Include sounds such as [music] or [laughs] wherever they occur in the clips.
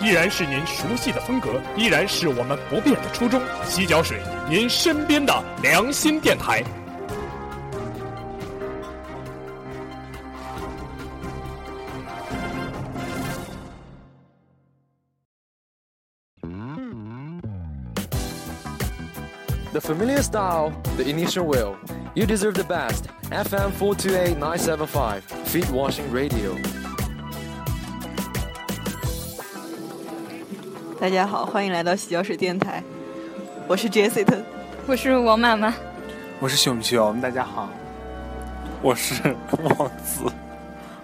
依然是您熟悉的风格，依然是我们不变的初衷。洗脚水，您身边的良心电台。 The familiar style, the initial will. You deserve the best. FM 428975, Feet Washing Radio. 大家好，欢迎来到洗脚水电台，我是 Jessie 我是王妈妈，我是熊熊，大家好，我是王子，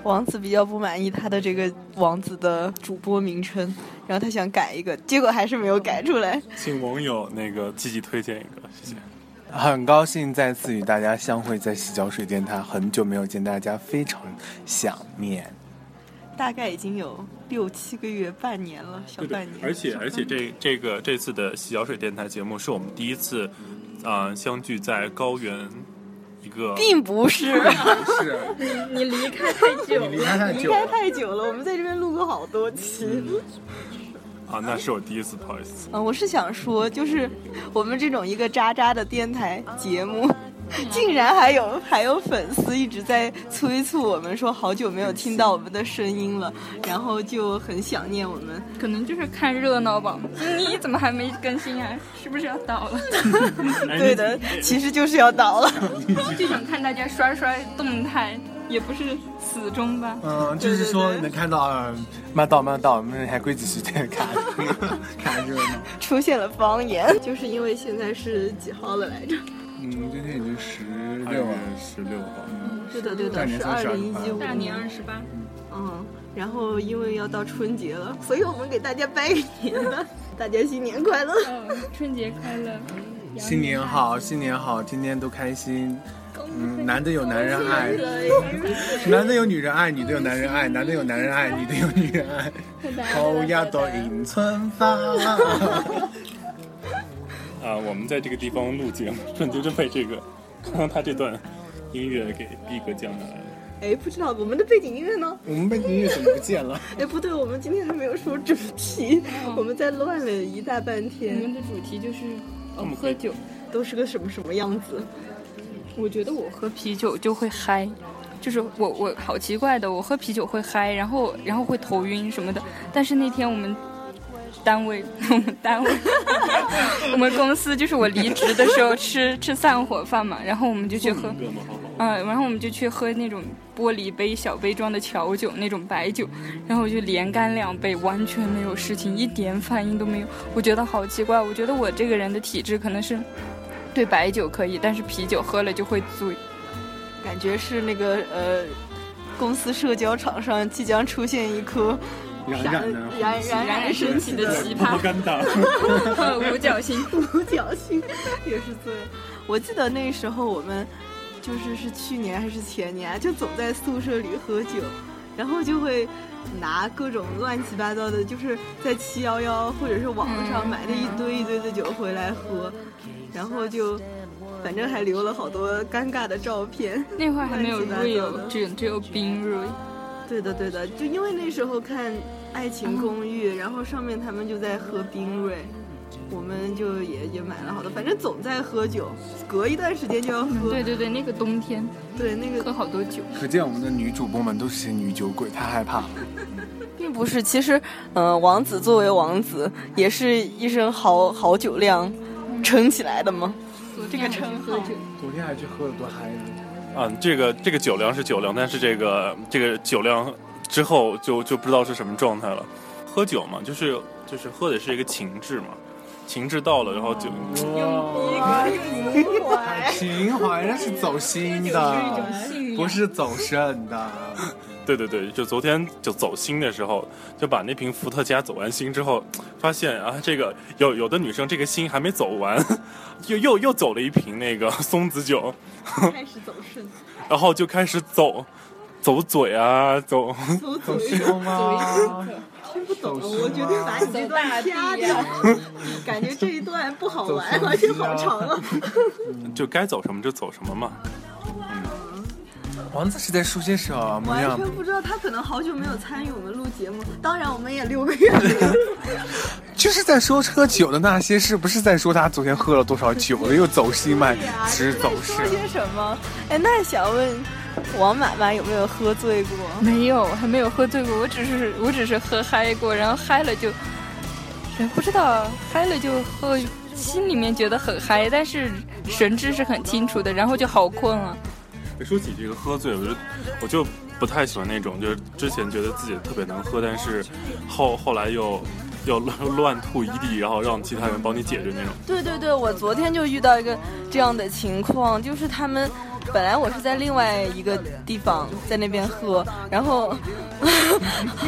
王子比较不满意他的这个王子的主播名称，然后他想改一个，结果还是没有改出来。请网友那个积极推荐一个，谢谢。很高兴再次与大家相会在洗脚水电台，很久没有见大家，非常想念。大概已经有六七个月、半年了，小对半对年。，而且小半而且年这这个这次的洗脚水电台节目是我们第一次，呃，相聚在高原一个并不 [laughs] 是是，你离开太久离开太离久开了，嗯太久了，我们在这边录过好多期。啊，那是我第一次，不好意思，嗯，我是想说，就是 [laughs] 我们这种一个渣渣的电台节目，竟然还有还有粉丝一直在催促我们说，好久没有听到我们的声音了，然后就很想念我们。可能就是看热闹吧。你怎么还没更新啊？是不是要倒 [laughs] 了？对的，其实就是要倒了。 [laughs] 就想看大家刷刷动态，也不是死忠吧？嗯，就是说能看到，嗯慢到慢到，我们还规矩时间看 [laughs] 看热闹。出现了方言， [laughs] 就是因为现在是几号了来着？嗯，今天已经十二六月了，十六号，对的，对大的，年是三二十二零一吧九大年二十八，嗯，然后因为要到春节了，所以我们给大家拜个年吧，大家新年快乐！ [laughs] 嗯，春节快乐，新年好，新年好，天天都开心。嗯，男的有男人 [laughs] 爱，男的有女人爱，女的有男人爱，男的有男人爱，女的有女人爱。头要多迎春花。 [laughs] 啊，我们在这个地方录节目，瞬间就被这个， [laughs] 让他这段音乐给逼格降下来了。哎，不知道我们的背景音乐呢？我们被音乐怎么不见 [laughs] 了？哎，不对，我们今天还没有说主题，哦我们在乱了一大半我天，们的主题就是哦喝酒。都是个什么什么样子？我觉得我喝啤酒就会嗨，就是我我好奇怪的，我喝啤酒会嗨，然后然后会头晕什么的。但是那天我们单位 [laughs] 我们单位我们公司就是我离职的时候吃吃散伙饭嘛，然后我们就去喝一，个吗？好好，嗯、然后我们就去喝那种玻璃杯小杯装的调酒那种白酒，然后我就连干两杯，完全没有事情，一点反应都没有。我觉得好奇怪，我觉得我这个人的体质可能是对白酒可以，但是啤酒喝了就会醉。感觉是那个呃，公司社交场上即将出现一颗呃冉冉冉的冉冉冉升起的奇 [laughs] 不尴尬， [laughs] 五角星。独角星 [laughs] 也是醉了。我记得那时候我们就是是去年还是前年啊，就总在宿舍里喝酒，然后就会拿各种乱七八糟的，就是在七幺幺或者是网上买的一堆一堆的酒回来喝，然后就反正还留了好多尴尬的照片。 [laughs] 那会儿还没有乱七八糟 real，的只有只有冰锐。对的，对的，就因为那时候看《爱情公寓》然后上面他们就在喝冰锐，我们就也也买了好多，反正总在喝酒，隔一段时间就要喝。对对对，那个冬天对那喝个好多酒。可见我们的女主播们都是些女酒鬼，太害怕了。并不是，其实，呃，王子作为王子，也是一身好好酒量撑起来的 [laughs] 嘛。这个称喝酒，昨天还去喝了多嗨呢。嗯，这个这个酒量是酒量，但是这个这个酒量之后就就不知道是什么状态了。喝酒嘛，就是就是喝的是一个情志嘛，情志到了，然后酒。哇，情怀那是走心的，不是走肾的。对对对，就昨天就走心的时候，就把那瓶伏特加走完心之后，发现啊，这个有有的女生这个心还没走完，又又又走了一瓶那个松子酒，开始走肾，然后就开始走走嘴啊，走走走嘴心吗？听不懂，走啊肾我决定把你这段掐掉，感觉这一段不好玩，走而且肾好长啊。就该走什么就走什么嘛。王子是在说些什么完呀？全不知道，他可能好久没有参与我们录节目，当然我们也六个月没有录。就是在说喝酒的那些事，不是在说他昨天喝了多少酒了，又走心脉对呀，直走势说。些什么？哎，那想问王妈妈有没有喝醉过？没有，还没有喝醉过，我只是我只是喝嗨过，然后嗨了就，哎不知道嗨了就喝，心里面觉得很嗨，但是神志是很清楚的，然后就好困啊。说起这个喝醉，我觉得我就不太喜欢那种，就是之前觉得自己特别能喝，但是后后来又又乱乱吐一地，然后让其他人帮你解决那种。对对对，我昨天就遇到一个这样的情况，就是他们本来我是在另外一个地方在那边喝，然后 [laughs]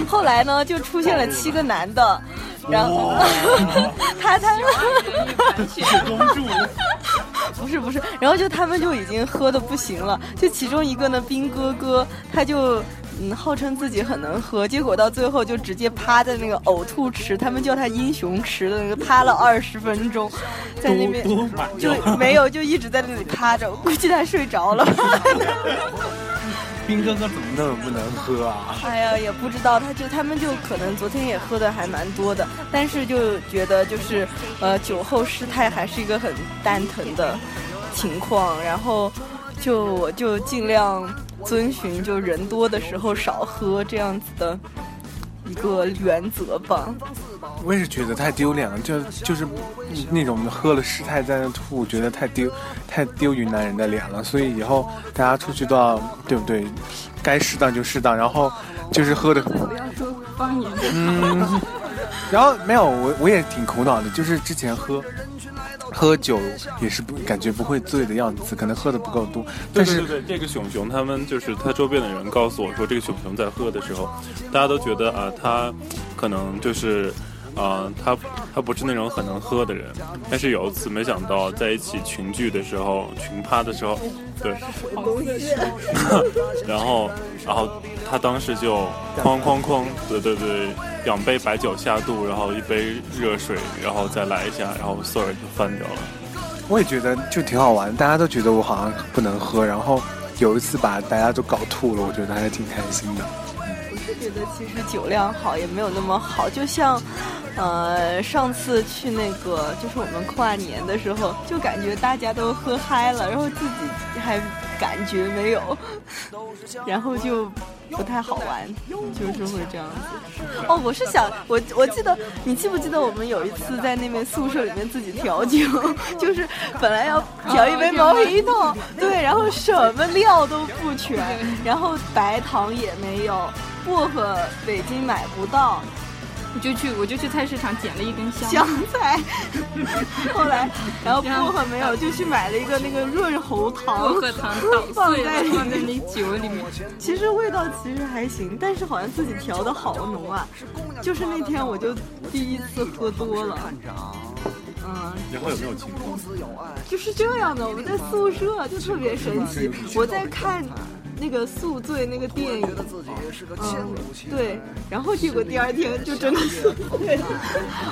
后来呢就出现了七个男的，然后 [laughs] 他他们 [laughs] 公主，不是不是，然后就他们就已经喝的不行了，就其中一个呢兵哥哥他就。嗯，号称自己很能喝，结果到最后就直接趴在那个呕吐池，他们叫他英雄池的那个趴了二十分钟，在那边都满就 [laughs] 没有，就一直在那里趴着，估计他睡着了。兵哥哥怎么那么不能喝啊？ [laughs] 哎呀，也不知道，他就他们就可能昨天也喝的还蛮多的，但是就觉得就是呃酒后失态还是一个很蛋疼的情况，然后就我就尽量遵循就人多的时候少喝这样子的一个原则吧。我也是觉得太丢脸了，就就是那种喝了失态在那吐，我觉得太丢太丢云南人的脸了。所以以后大家出去都要对不对？该适当就适当，然后就是喝的不要说方言，嗯，然后没有，我我也挺苦恼的，就是之前喝喝酒也是不感觉不会醉的样子，可能喝的不够多，对但对是对对，这个熊熊他们就是他周边的人告诉我说，这个熊熊在喝的时候，大家都觉得啊、他可能就是啊、他他不是那种很能喝的人。但是有一次，没想到在一起群聚的时候，群趴的时候，对，然后然后他当时就哐哐哐，对对对，两杯白酒下肚，然后一杯热水，然后再来一下，然后所有人就翻掉了。我也觉得就挺好玩，大家都觉得我好像不能喝，然后有一次把大家都搞吐了，我觉得还挺开心的。觉得其实酒量好也没有那么好，就像，呃，上次去那个就是我们跨年的时候，就感觉大家都喝嗨了，然后自己还感觉没有，然后就不太好玩，就是会这样子。哦，我是想我我记得你记不记得我们有一次在那边宿舍里面自己调酒， [laughs] 就是本来要调一杯毛皮豆，对，然后什么料都不全，然后白糖也没有。薄荷北京买不到，我就去我就去菜市场捡了一根香，香菜， [laughs] 后来然后薄荷没有，就去买了一个那个润喉糖薄，荷糖捣碎了放在那酒里 [laughs] 面，其实味道其实还行，但是好像自己调的好浓啊，就是那天我就第一次喝多了。嗯，然后有没有情况？就是这样的。我们在宿舍就特别神奇，我在看那个《宿醉》那个电影，嗯，对，然后结果第二天就真的宿醉了，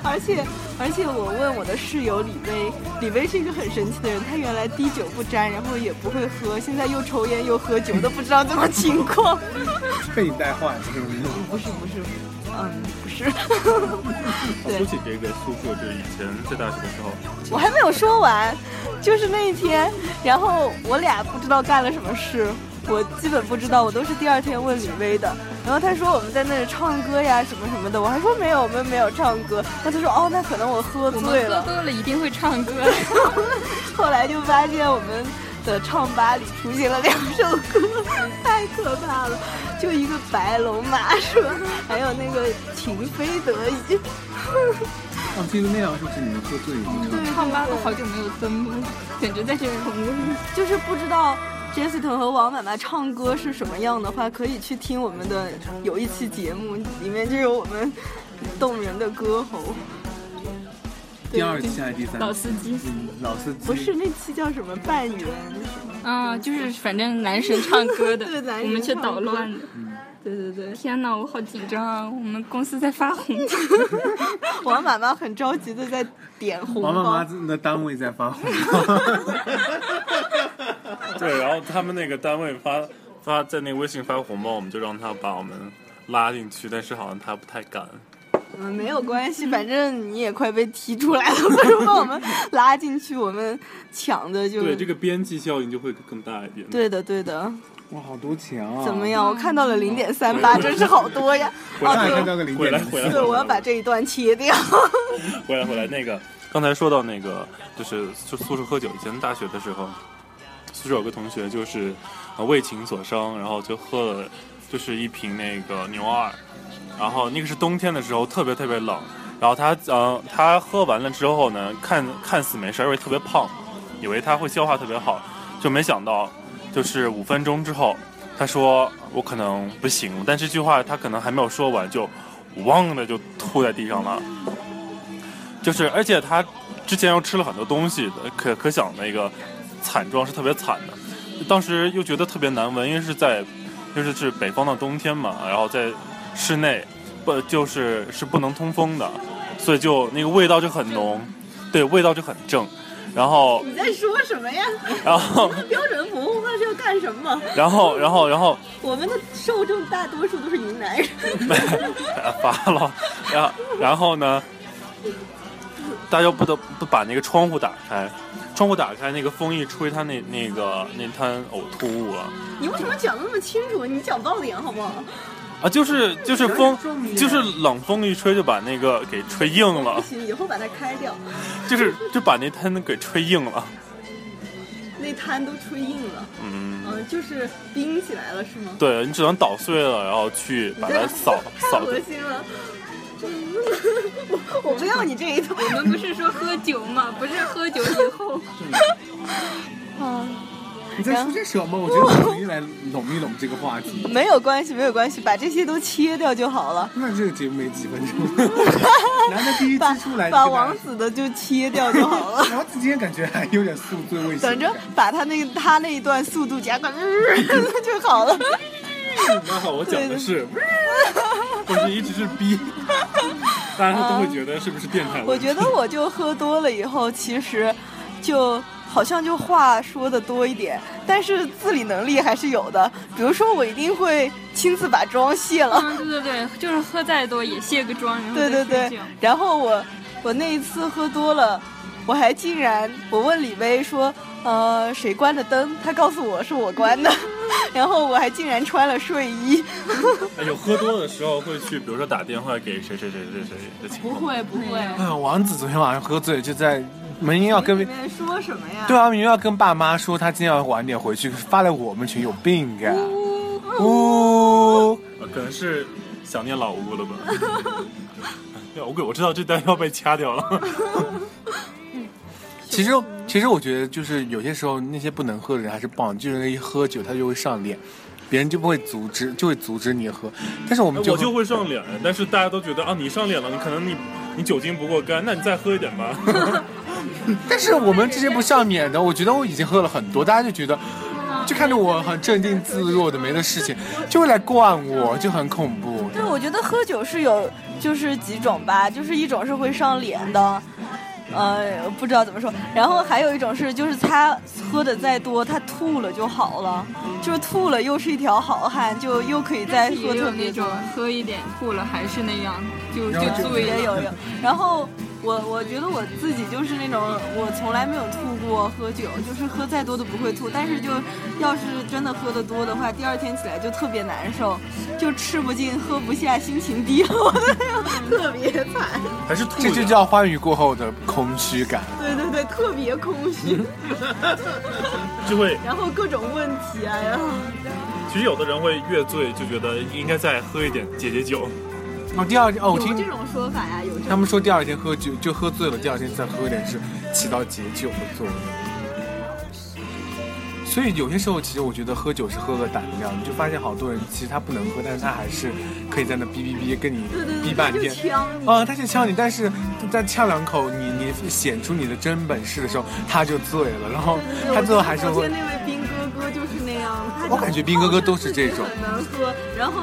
而且而且我问我的室友李薇，李薇是一个很神奇的人，她原来滴酒不沾，然后也不会喝，现在又抽烟又喝酒，都不知道这种情况。 [laughs] 被你带坏是不是？不是不是，嗯，不是，对说。起这个宿舍，就是以前在大学的时候， [laughs] 我还没有说完，就是那一天，然后我俩不知道干了什么事，我基本不知道，我都是第二天问李薇的。然后他说我们在那里唱歌呀什么什么的，我还说没有，我们没有唱歌。那他说哦，那可能我喝我醉们喝了。多了一定会唱歌。后来就发现我们的唱吧里出现了两首歌，太可怕了，就一个《白龙马术》，还有那个《情非得已》。哦，记得那样是不是你们喝醉了？唱吧都好久没有登录，感觉在这里很无语。就是不知道 Jessica 和王妈妈唱歌是什么样的话，可以去听我们的有一期节目，里面就有我们动人的歌喉。第二期还是第三老期？司机嗯，老司机不是那期叫什么半圆什么？啊，就是反正男神唱歌 [laughs] 嗯的对，男神我们却捣乱唱了。对对对，天哪，我好紧张啊！我们公司在发红包， [laughs] 王妈妈很着急的在点红包。王妈妈的单位在发红包， [laughs] 对，然后他们那个单位发发在那个微信发红包，我们就让他把我们拉进去，但是好像他不太敢。嗯，没有关系，反正你也快被踢出来了，不是把我们拉进去，我们抢的就对，这个边际效应就会更大一点。对的，对的。哇，好多钱啊！怎么样？我看到了零点三八，真是好多呀！啊我刚才看到个零回点来，回来，对，我要把这一段切掉。回来，回来。那个嗯刚才说到那个，就是就宿舍喝酒，以前大学的时候，宿舍有个同学就是呃为情所伤，然后就喝了就是一瓶那个牛二，然后那个是冬天的时候，特别特别冷。然后他呃，他喝完了之后呢，看看似没事，因为特别胖，以为他会消化特别好，就没想到，就是五分钟之后，他说我可能不行了，但这句话他可能还没有说完，就汪的就吐在地上了。就是而且他之前又吃了很多东西，可可想那个惨状是特别惨的。当时又觉得特别难闻，因为是在就是是北方的冬天嘛，然后在室内不就是是不能通风的，所以就那个味道就很浓，对，味道就很正。然后， [laughs] 你在说什么呀？然后，标准普通话是要干什么？然后，然后，然后，我们的受众大多数都是云南人。呃发了，然后 [laughs] 然后呢，大家不得不把那个窗户打开，窗户打开，那个风一吹，他那那个那滩呕吐物啊了你为什么讲那么清楚？你讲爆点好不好？啊，就是就是风，就是冷风一吹就把那个给吹硬不了，行，以后把它开掉。就是就把那滩给吹硬了，那摊都吹硬了，嗯，嗯，就是冰起来了是吗？对你只能捣碎了，然后去把它扫 [laughs] 太扫恶掉。心了。我我不要你这一套， [laughs] 我们不是说喝酒嘛，不是喝酒以 [laughs] 后，你在说些什么？我觉得我们可以来拢一拢这个话题。没有关系，没有关系，把这些都切掉就好了， [laughs] 那这个节目没几分钟，男的第一把期出来把就大王子的就切掉就好了。王子今天感觉还有点宿醉味。等着把他那个他那一段速度加快、 [laughs] 就好了。那好，我讲的 [laughs] 是，我是一直是逼，大家都会觉得是不是电台？我觉得我就喝多了以后，其实就好像就话说的多一点，但是自理能力还是有的。比如说，我一定会亲自把妆卸了，嗯，对对对，就是喝再多也卸个妆，然 [laughs] 后对对再睡对觉。。然后我我那一次喝多了，我还竟然我问李薇说，呃，谁关的灯？他告诉我是我关的， [laughs] 然后我还竟然穿了睡衣。哎有喝多的时候会去，比如说打电话给谁谁谁谁谁的情况。会不会？啊，王子昨天晚上喝醉，就在明明要跟你们说什么呀对啊，明明要跟爸妈说他今天要晚点回去，发来我们群有病啊！呜，呃可能是想念老吴了吧。 [laughs] 我鬼，我知道这段要被掐掉了。 [laughs] 其实其实我觉得就是有些时候那些不能喝的人还是棒，就是一喝酒他就会上脸，别人就不会阻止，就会阻止你喝。但是我们就哎我就会上脸，但是大家都觉得啊，你上脸了，你可能你你酒精不够干，那你再喝一点吧。 [laughs] 但是我们这些不上脸的，我觉得我已经喝了很多，大家就觉得，就看着我很镇定自若的，没的事情，就会来灌我，就很恐怖。对，我觉得喝酒是有就是几种吧，就是一种是会上脸的，呃，不知道怎么说。然后还有一种是，就是他喝的再多，他吐了就好了，就是吐了又是一条好汉，就又可以再喝也有特别那多种喝一点吐了还是那样，就然后就就醉也了。有有。然后我我觉得我自己就是那种我从来没有吐过喝酒，就是喝再多都不会吐，但是就要是真的喝的多的话，第二天起来就特别难受，就吃不进喝不下，心情低落，嗯特别惨。还是吐这一就点。叫欢愉过后的空虚感。对对对，特别空虚，就会，然后各种问题啊，然后其实有的人会越醉就觉得应该再喝一点解解酒。哦，第二天哦，我听种说法呀、有这他们说第二天喝酒就喝醉了，第二天再喝点是起到解酒的作用。所以有些时候，其实我觉得喝酒是喝个胆量，你就发现好多人其实他不能喝，但是他还是可以在那哔哔哔跟你对对对，哔半就天。呛你。啊、他就呛你，但是在呛两口，你你显出你的真本事的时候，他就醉了，然后对对对他最后我还是昨会天。那位兵哥哥就是那样，他我感觉兵哥哥都是这种就是很能喝，然后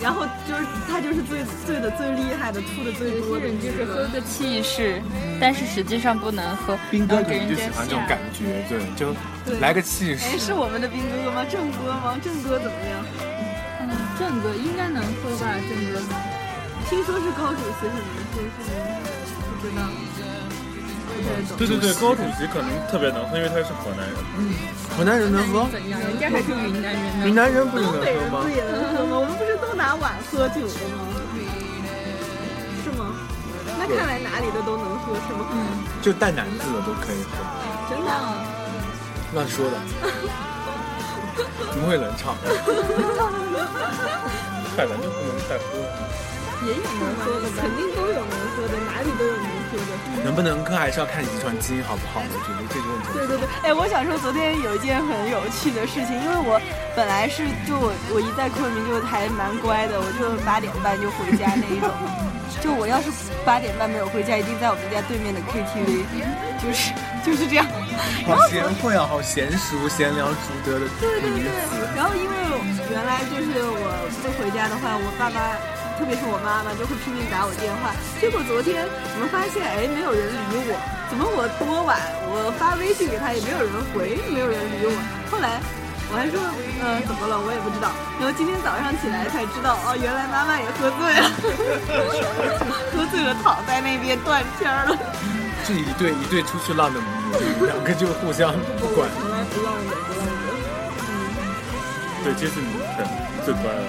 然后就是他就是最醉的最厉害的，吐的最多有的些人就是喝个气势，但是实际上不能喝，兵然哥后可给人能就家喜欢这种吓感觉，对，就来个气哎，势。是我们的兵哥吗？郑哥吗？郑哥怎么样？嗯，正哥应该能喝吧？正哥，听说是高主席很能喝，是吗？不知道，不太懂。对对对，高主席可能特别能喝，因为他是河南人。河南人能喝，怎样？人家还是云南人呢。云南人不也能东喝北人吗？不也能喝吗？我们不是都拿碗喝酒的吗？是吗？那看来哪里的都能喝，是吗？嗯就带男字的都可以喝，真的啊，乱说的，怎么会冷场？海南就不能再喝了。也哎有能喝的吧，肯定都有能喝的，哪里都有能喝的。能不能喝还是要看遗传基因好不好，我觉得这个问题。对对对，哎，我想说，昨天有一件很有趣的事情，因为我本来是就我我一在昆明就还蛮乖的，我就八点半就回家那一种。就我要是八点半没有回家，一定在我们家对面的 KTV，就是就是这样。好贤惠啊，好娴熟、贤良淑德的嗯女子。然后因为原来就是我不回家的话，我爸妈，特别是我妈妈就会拼命打我电话。结果昨天我们发现，哎，没有人理我，怎么我多晚我发微信给他也没有人回，没有人理我。后来我还说，呃，怎么了？我也不知道。然后今天早上起来才知道，哦，原来妈妈也喝醉了，喝醉了躺在那边断片儿了。这一对一对出去浪的母女，两个就互相不管。对，这是你的最乖了。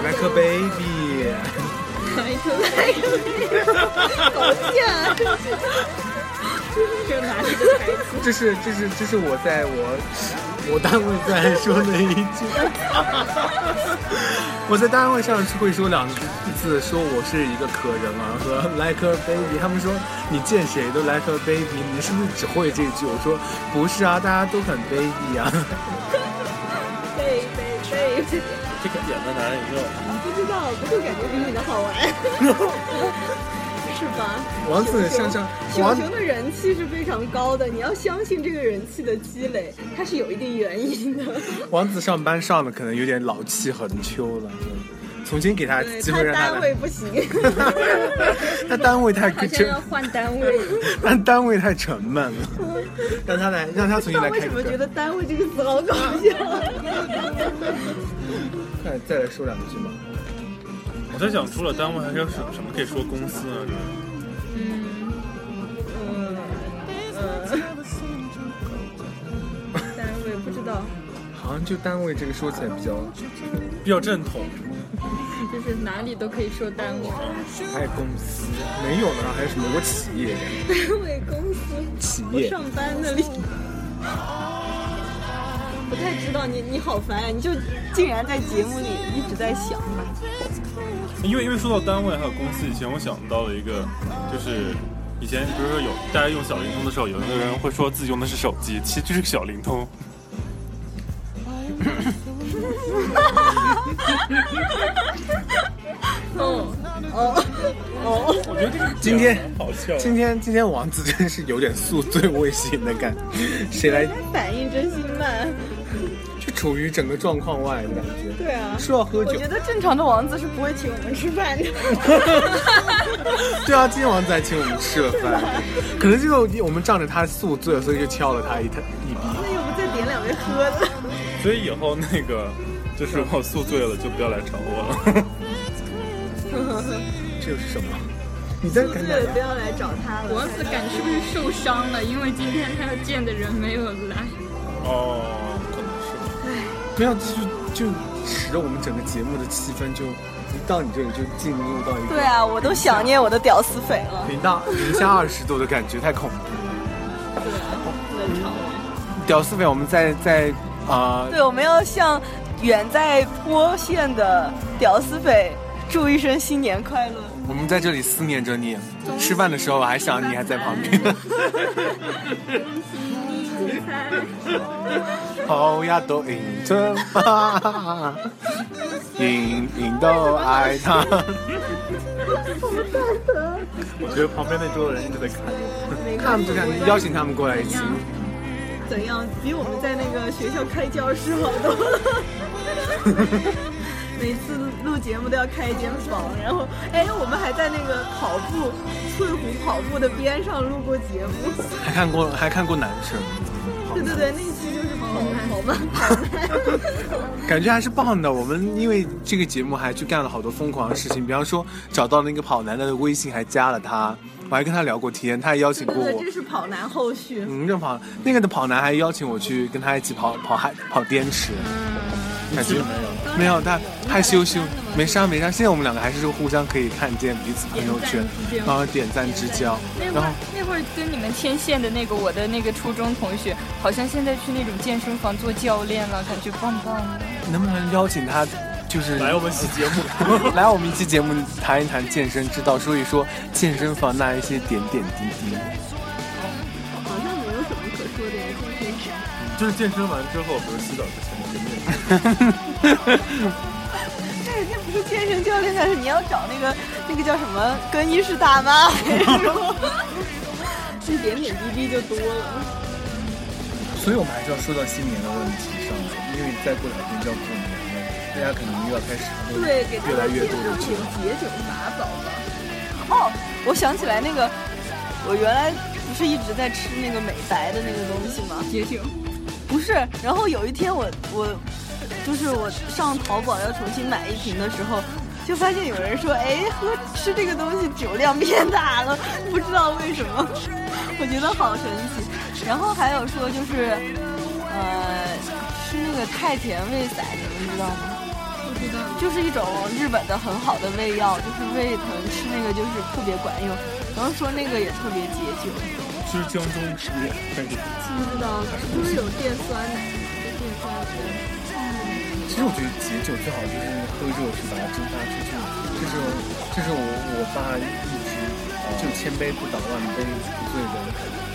Like a baby，这是这是这是我在我我单位在说的一句。 [laughs] 我在单位上会说两次，说我是一个可人儿和 like a baby。他们说你见谁都 like a baby，你是不是只会这句？我说不是啊，大家都很 baby 啊。这个点在哪里？没有不知道，不过感觉比你的好玩，是吧？王子向上，小王熊的人气是非常高的，你要相信这个人气的积累，它是有一定原因的。王子上班上了，可能有点老气横秋了。嗯重新给他对，机他会，让他单位来。不行， [laughs] 他单位太好像要换单位， [laughs] 他单位太沉闷了，让他来，让他重新来为开什个么觉歌。得单位这个词好搞笑？快再来说两句嘛。我在想，除了单位，还有什什么可以说公司啊呢？单位不知道，好像就单位这个说起来比较比较正统。就是哪里都可以说单位。爱公司，没有呢，还有什么？我企业，单位公司企我业，上班那里。不太知道你，你好烦呀、你就啊竟然在节目里一直在想，因为因为说到单位还有公司，以前我想到了一个，就是以前比如说有大家用小灵通的时候，有的人会说自己用的是手机，其实就是个小灵通。哦哦哦！我觉得这个今天蛮好笑的。今天今天王子真是有点宿醉未醒的感觉，谁来 [laughs] 反应真心慢。就处于整个状况外的感觉。对啊，说要喝我酒觉，得正常的王子是不会请我们吃饭的。对啊，今天王子还请我们吃了饭， [laughs] 可能就是我们仗着他宿醉，所以就敲了他一他一笔。那要不再点两杯喝的？所以以后那个就是我宿醉了，就不要来找我了。这又是什么？你在干嘛对，？不要来找他了。王子感是不是受伤了？因为今天他要见的人没有来。哦，可能是吧。不要继续，就使得我们整个节目的气氛就一到你这里就进入到一个对啊，我都想念我的屌丝匪了。零到零下二十度的感觉，太恐怖了。屌丝匪，我们在在啊、对，我们要向远在波县的屌丝匪祝一声新年快乐。我们在这里思念着你。吃饭的时候我还想你还在旁边。好呀，都赢着吧，赢赢都爱他。我觉得旁边那桌的人一直在看我。看不看？邀请他们过来一起。怎样？比我们在那个学校开教室好多了。 [laughs] 每次录节目都要开一间房，然后哎，我们还在那个跑步翠湖跑步的边上录过节目。还看过还看过男生，对对对，那一期就是跑跑慢跑慢。感觉还是棒的。我们因为这个节目还去干了好多疯狂的事情，比方说找到那个跑男的微信，还加了他，我还跟他聊过天，他还邀请过对，我这。是跑男后续。嗯，那跑那个的跑男还邀请我去跟他一起跑跑海跑滇池，感觉没有他害羞羞，没事啊没事啊。现在我们两个还是互相可以看见彼此朋友圈，然后点赞之交，那会然后儿那会儿跟你们牵线的那个我的那个初中同学，好像现在去那种健身房做教练了，感觉棒棒的。能不能邀请他就是来我们洗节目， [laughs] 来我们一期节目谈一谈健身之道，说一说健身房那一些点点滴滴。好像没有什么可说的呀，就是就是健身完之后，比如洗澡之前我就面对，哎那不是健身教练，但是你要找那个那个叫什么更衣室大妈，还是什 [laughs] 么这点点滴滴就多了。所以我们还是要说到新年的问题上来，因为再过两天就要过年了，大家可能又要开始对，给大越来家越介多的绍去点解酒法宝吧。哦，我想起来那个，我原来不是一直在吃那个美白的那个东西吗？解酒，不是，然后有一天我我就是我上淘宝要重新买一瓶的时候，就发现有人说，哎，喝吃这个东西酒量变大了，不知道为什么，我觉得好神奇。然后还有说就是，呃，吃那个太田胃散，你们知道吗？就是一种日本的很好的胃药，就是胃疼吃那个就是特别管用，然后说那个也特别解酒。吃江中之恋，不知道是不是有电酸奶？有电酸奶。其实我觉得解酒最好就是喝热水把它蒸发出去，这是这是我我爸一直就千杯不倒万杯不醉的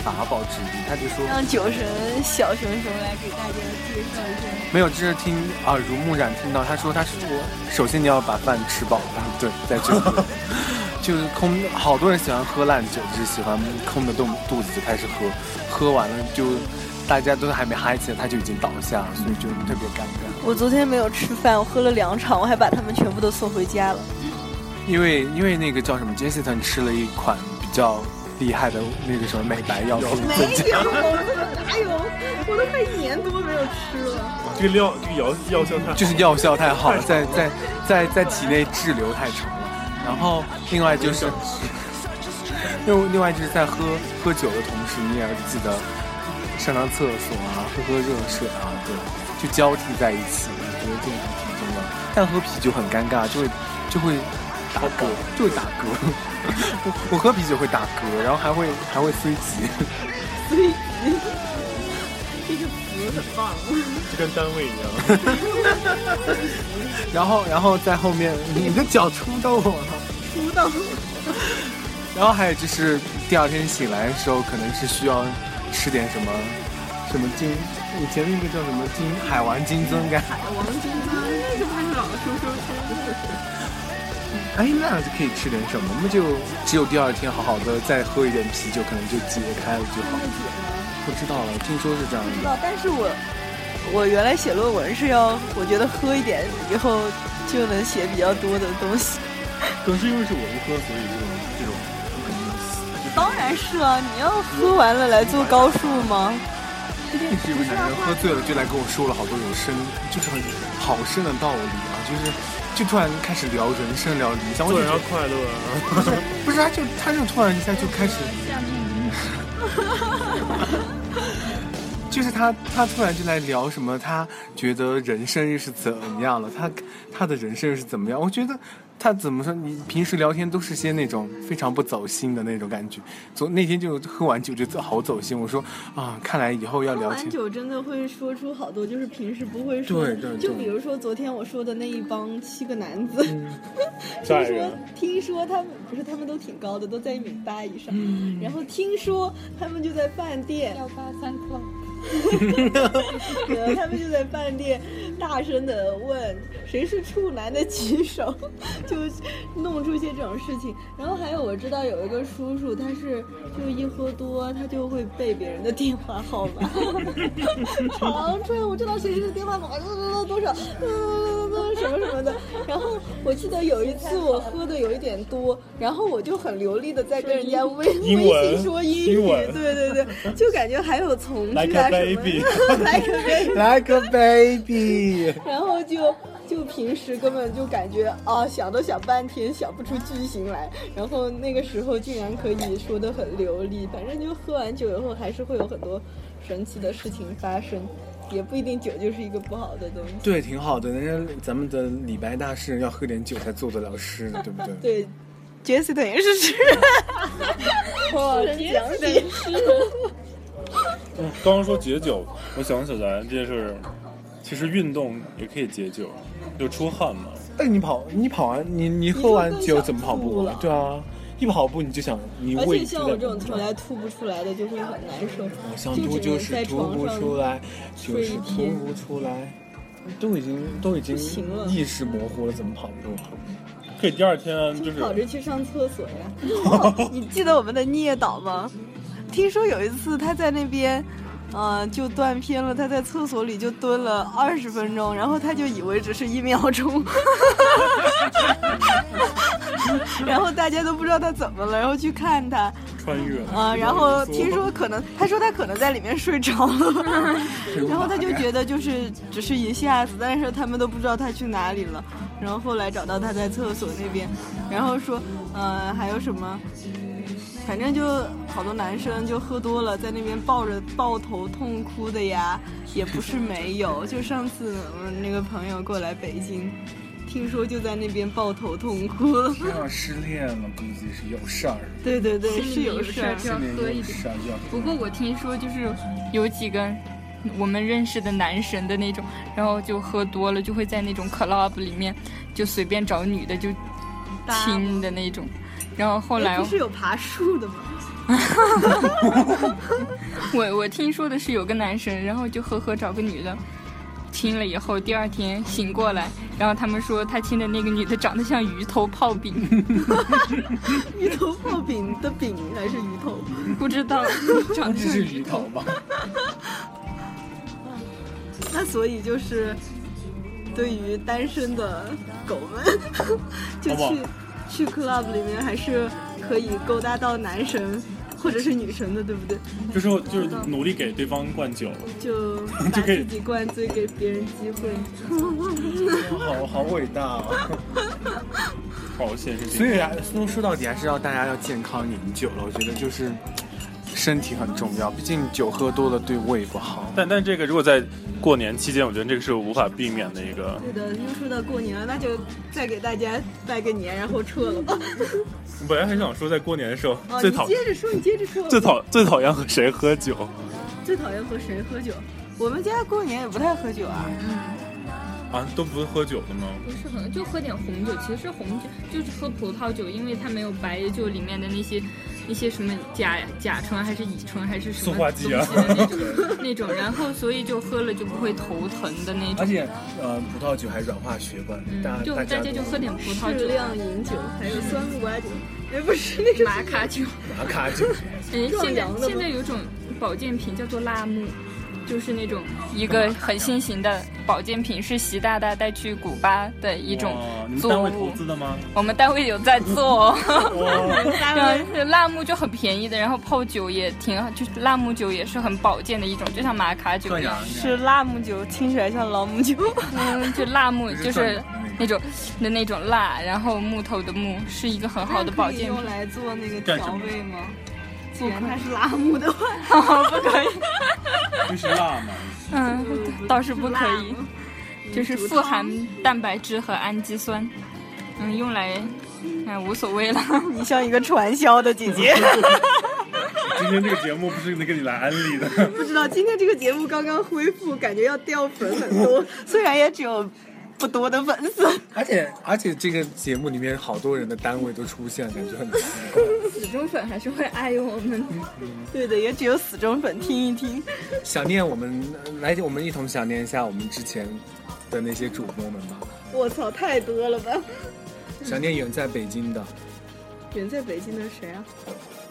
法宝之一。他就说让酒神小熊熊来给大家介绍一下。没有，这是听耳濡目染听到他说他是我，首先你要把饭吃饱，然后对，再去 [laughs] 喝。就是空，好多人喜欢喝烂酒，就是喜欢嗯空着肚肚子就开始喝，喝完了就大家都还没嗨起来，他就已经倒下了，所以就特别尴尬。我昨天没有吃饭，我喝了两场，我还把他们全部都送回家了。因为因为那个叫什么 Jessica 吃了一款比较厉害的那个什么美白药物，没有，哪有？哎我都快一年多没有吃了。这个料这个药药效太好就是药效太好了，在在在在体内滞留太长了。然后另外就是， [laughs] 另另外就是在喝喝酒的同时，你也要记得上上厕所啊，喝喝热水啊，对，就交替在一起，我觉得这个还挺重要的。但喝啤酒很尴尬，就会就会打嗝，就会打嗝。 [laughs] 我我喝啤酒会打嗝，然后还会还会飞急。就跟单位一样。然后，然后在后面，你的脚触到我了，出道然后还有就是第二天醒来的时候，可能是需要吃点什么，什么金，以前那个叫什么金海丸金针干，王晶那个不是老说说说。哎，那就可以吃点什么，那就只有第二天好好的再喝一点啤酒，可能就解开了就好。不知道了，听说是这样不知的。道，但是我我原来写论文是要，我觉得喝一点以后就能写比较多的东西。可能是因为是文科，所以这种这种当然是啊，你要喝完了来做高数吗？是有个男人喝醉了就来跟我说了好多有深，就是很好深的道理啊，就是就突然开始聊人生，聊理想，我做就觉人要得快乐啊。不是，他就他就突然一下就开始，就是他他突然就来聊什么，他觉得人生又是怎么样了，他他的人生又是怎么样？我觉得他怎么说？你平时聊天都是些那种非常不走心的那种感觉。昨那天就喝完酒就走好走心，我说啊，看来以后要喝聊完天。酒真的会说出好多就是平时不会说的。对对对就比如说昨天我说的那一帮七个男子， [laughs] 下听一个说听说他们不是他们都挺高的，都在一米八以上。然后听说他们就在饭店，幺八三 [laughs] club。呃他们就在饭店大声的问谁是处男的举手，就弄出一些这种事情。然后还有我知道有一个叔叔，他是就一喝多他就会背别人的电话号码，长吹我知道谁谁的电话号码多多多多多少，呃什么什么的。然后我记得有一次我喝的有一点多，然后我就很流利的在跟人家微英文微信说英英语，文对对对，就感觉还有从句 Like 啊 a 什么 [laughs] baby 的 [laughs] ，like a baby， Like a baby，然后就就平时根本就感觉啊，想都想半天，想不出句型来。然后那个时候竟然可以说的很流利，反正就喝完酒以后还是会有很多神奇的事情发生，也不一定酒就是一个不好的东西。对，挺好的。人家咱们的李白大师要喝点酒才做得了诗呢，对不对？对，Jesse 等于是吃，哇，讲解嗯刚刚说解酒，我想起来这件事儿，其实运动也可以解酒，就出汗嘛。哎，你跑，你跑完，你你喝完酒怎么跑你就步更想啊？吐对啊，一跑步你就想，你而胃且就在像我这种鼓从胀来吐不出来的，就会很难受。我想吐就就只能在是吐床不上出来，就睡一是吐天不出来，都已经都已经行了意识模糊了，怎么跑步啊？可以第二天就是跑着去上厕所呀。你记得我们的聂导吗？听说有一次他在那边，呃，就断片了。他在厕所里就蹲了二十分钟，然后他就以为只是一秒钟，然后大家都不知道他怎么了，然后去看他，穿越啊、然后听说可能他说他可能在里面睡着 [laughs] 了，然后他就觉得就是只是一下子，但是他们都不知道他去哪里了，然后后来找到他在厕所那边，然后说呃还有什么，反正就好多男生就喝多了，在那边抱着抱头痛哭的呀，也不是没有，就上次我那个朋友过来北京，听说就在那边抱头痛哭，这样失恋了，估计是有事儿， [laughs] 对对对，是心里有有事事儿儿。心里要喝有一点事儿就要不过我听说就是有几个我们认识的男神的那种，然后就喝多了就会在那种 club 里面就随便找女的就亲的那种，然后后哎来哦不是有爬树的吗？ [laughs] 我我听说的是有个男神，然后就呵呵找个女的。亲了以后，第二天醒过来，然后他们说他亲的那个女的长得像鱼头泡饼， [laughs] [laughs] 鱼头泡饼的饼还是鱼头？不知道长得这像是鱼头吧？那所以就是，对于单身的狗们， [laughs] 就好不去去 club 里面还是可以勾搭到男神或者是女神的，对不对？就是就是努力给对方灌酒，就把 [laughs] 就可以自己灌醉，给别人机会。 [laughs] 好好伟大哦！好现实。所以啊，说说到底还是要大家要健康饮酒了。我觉得就是身体很重要，毕竟酒喝多了对胃不好。但但这个如果在过年期间，我觉得这个是无法避免的一个。对的，又说到过年了，那就再给大家拜个年，然后撤了吧。我本来还想说，在过年的时候哦，最你讨接着说，你接着说。最讨最讨厌和谁喝酒，最讨厌和谁喝酒？我们家过年也不太喝酒啊。啊，都不是喝酒的吗？ [laughs] 不是很，就喝点红酒。其实红酒就是喝葡萄酒，因为它没有白酒里面的那些那些什么甲甲醇还是乙醇还是什塑么化东剂西啊的那种那种，然后所以就喝了就不会头疼的那而种。且，呃，葡萄酒还软化血管，啊大嗯，就大大家家就喝点葡萄适酒，量饮酒，还有酸木瓜酒，哎，不是那个玛卡酒。马卡 [laughs] 酒，嗯，壮现在阳的吗现在有种保健品叫做辣木，就是那种一个很新型的保健品，是习大大带去古巴的一种哇你们单作位投物。资的吗？我们单位有在做、哦。 [laughs] 哇，对，辣木就很便宜的，然后泡酒也挺好，就是辣木酒也是很保健的一种，就像玛卡酒壮一样阳。一点。是辣木酒，听起来像老母酒。嗯，就辣木就就是是壮那种的那种辣，然后木头的木是一个很好的保健用品。 [laughs] 来做那个干什调么味吗？不既然可它是辣木的话，不可以，就是辣嘛。嗯，倒是不可以，就是富含蛋白质和氨基酸，嗯，用来，哎，无所谓了。 [laughs] 你像一个传销的姐姐。 [laughs] 今天这个节目不是能给你来安利的，不知道。今天这个节目刚刚恢复，感觉要掉粉很多。 [laughs] 虽然也只有不多的粉丝， [laughs] 而且而且这个节目里面好多人的单位都出现，感觉很奇怪。 [laughs] 死忠粉还是会爱我们。对的，也只有死忠粉听一听。想念我们，来，我们一同想念一下我们之前的那些主播们吧。嗯我操，太多了吧！想念远在北京的，人在北京的谁啊？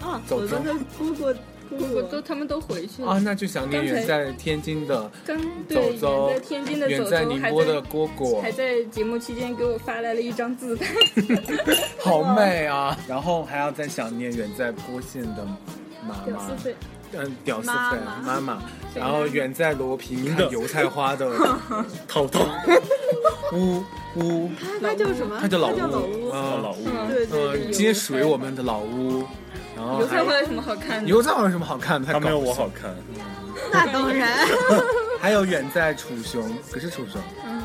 啊，走我走跟他姑姑不不，都他们都回去了。啊，那就想念远在天津的刚对走远走在天津的远走在走宁还波的在蝈蝈还，在节目期间给我发来了一张自拍，好美啊！然后还要再想念远在波县的妈屌妈丝，费。嗯，屌丝妈粉妈妈妈，然后远在罗平看油菜花的头痛，呜呜，那叫什么？他叫老那乌，哦老嗯吴，对对对，嗯，接水我们的老乌，然后油菜花哦还有什么好看的？油菜花有什么好看的？他太没有搞我笑好看。那当然。还有远在楚雄，可是楚雄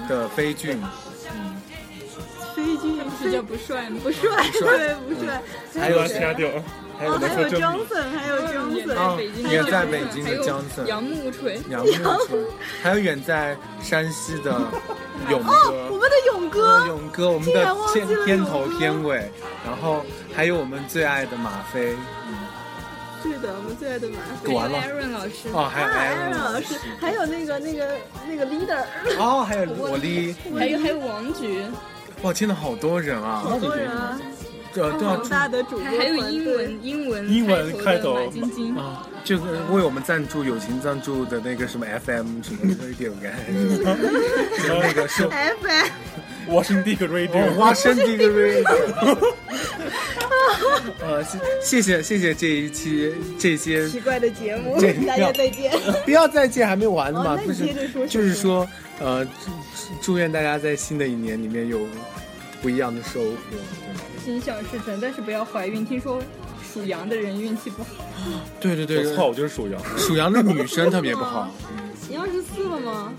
的飞俊， [laughs] 飞机比较不帅吗？不嗯帅，对不帅。还有掐掉，还有还有 [laughs] 那个 Johnson，还嗯有啊 Johnson，远在北京的江还有 n 杨木锤，杨木村，还有远在山西的勇我哥。们的勇哥，勇哥，我们竟的然忘记片了片勇头哥片尾，然后还有我们最爱的马飞，是的，我们最爱的马对飞。完了艾润老师，哦，还有艾艾伦伦老师，哎还有那个那个那个 leader，哦，还有我力，还有还有王菊，哇，天呐，好多人啊！好多人啊，呃，对啊广，大的主播还团队还有英文英文英文开头的马晶晶，啊，这个为我们赞助友情赞助的那个什么 FM 什么 radio 该， [laughs] 就那个是哎 FM， Washington Radio，花生这个 [laughs] radio。呃，谢谢谢谢谢这一期这些，奇怪的节目这，大家再见。 [laughs] 不要再见，还没完呢嘛，哦那你不是接着说就是说，呃，祝祝愿大家在新的一年里面有不一样的收获。心想事成，但是不要怀孕。听说属羊的人运气不好，对对我对，操，我就是属羊，属羊的女生特别不好。你二十四了吗？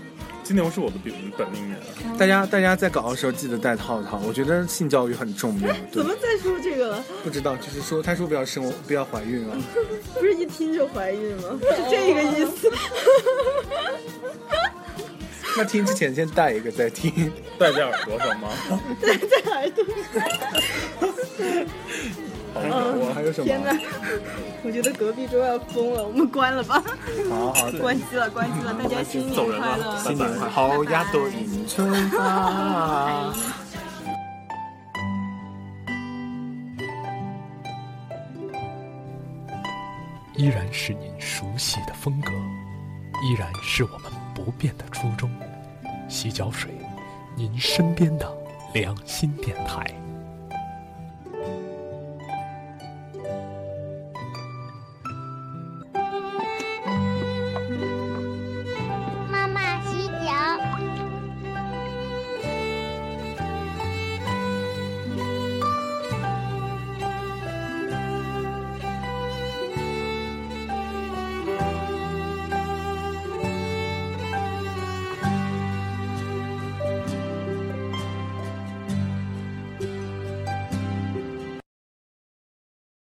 今年我是我的本本命年，大家大家在搞的时候记得带套套，我觉得性教育很重要。对怎，么再说这个了？不知道，就是说他说不要生，不要怀孕啊。不是一听就怀孕吗？是这个意思。那听之前先带一个再听。戴在耳朵上吗？戴在耳朵。好，我还有什天哪么？，我觉得隔壁都要疯了，我们关了吧，好好，关机了，关机了，大家新走年人快了，乐。拜拜。好呀，都迎春花。依然是您熟悉的风格，依然是我们不变的初衷。洗脚水，您身边的良心电台。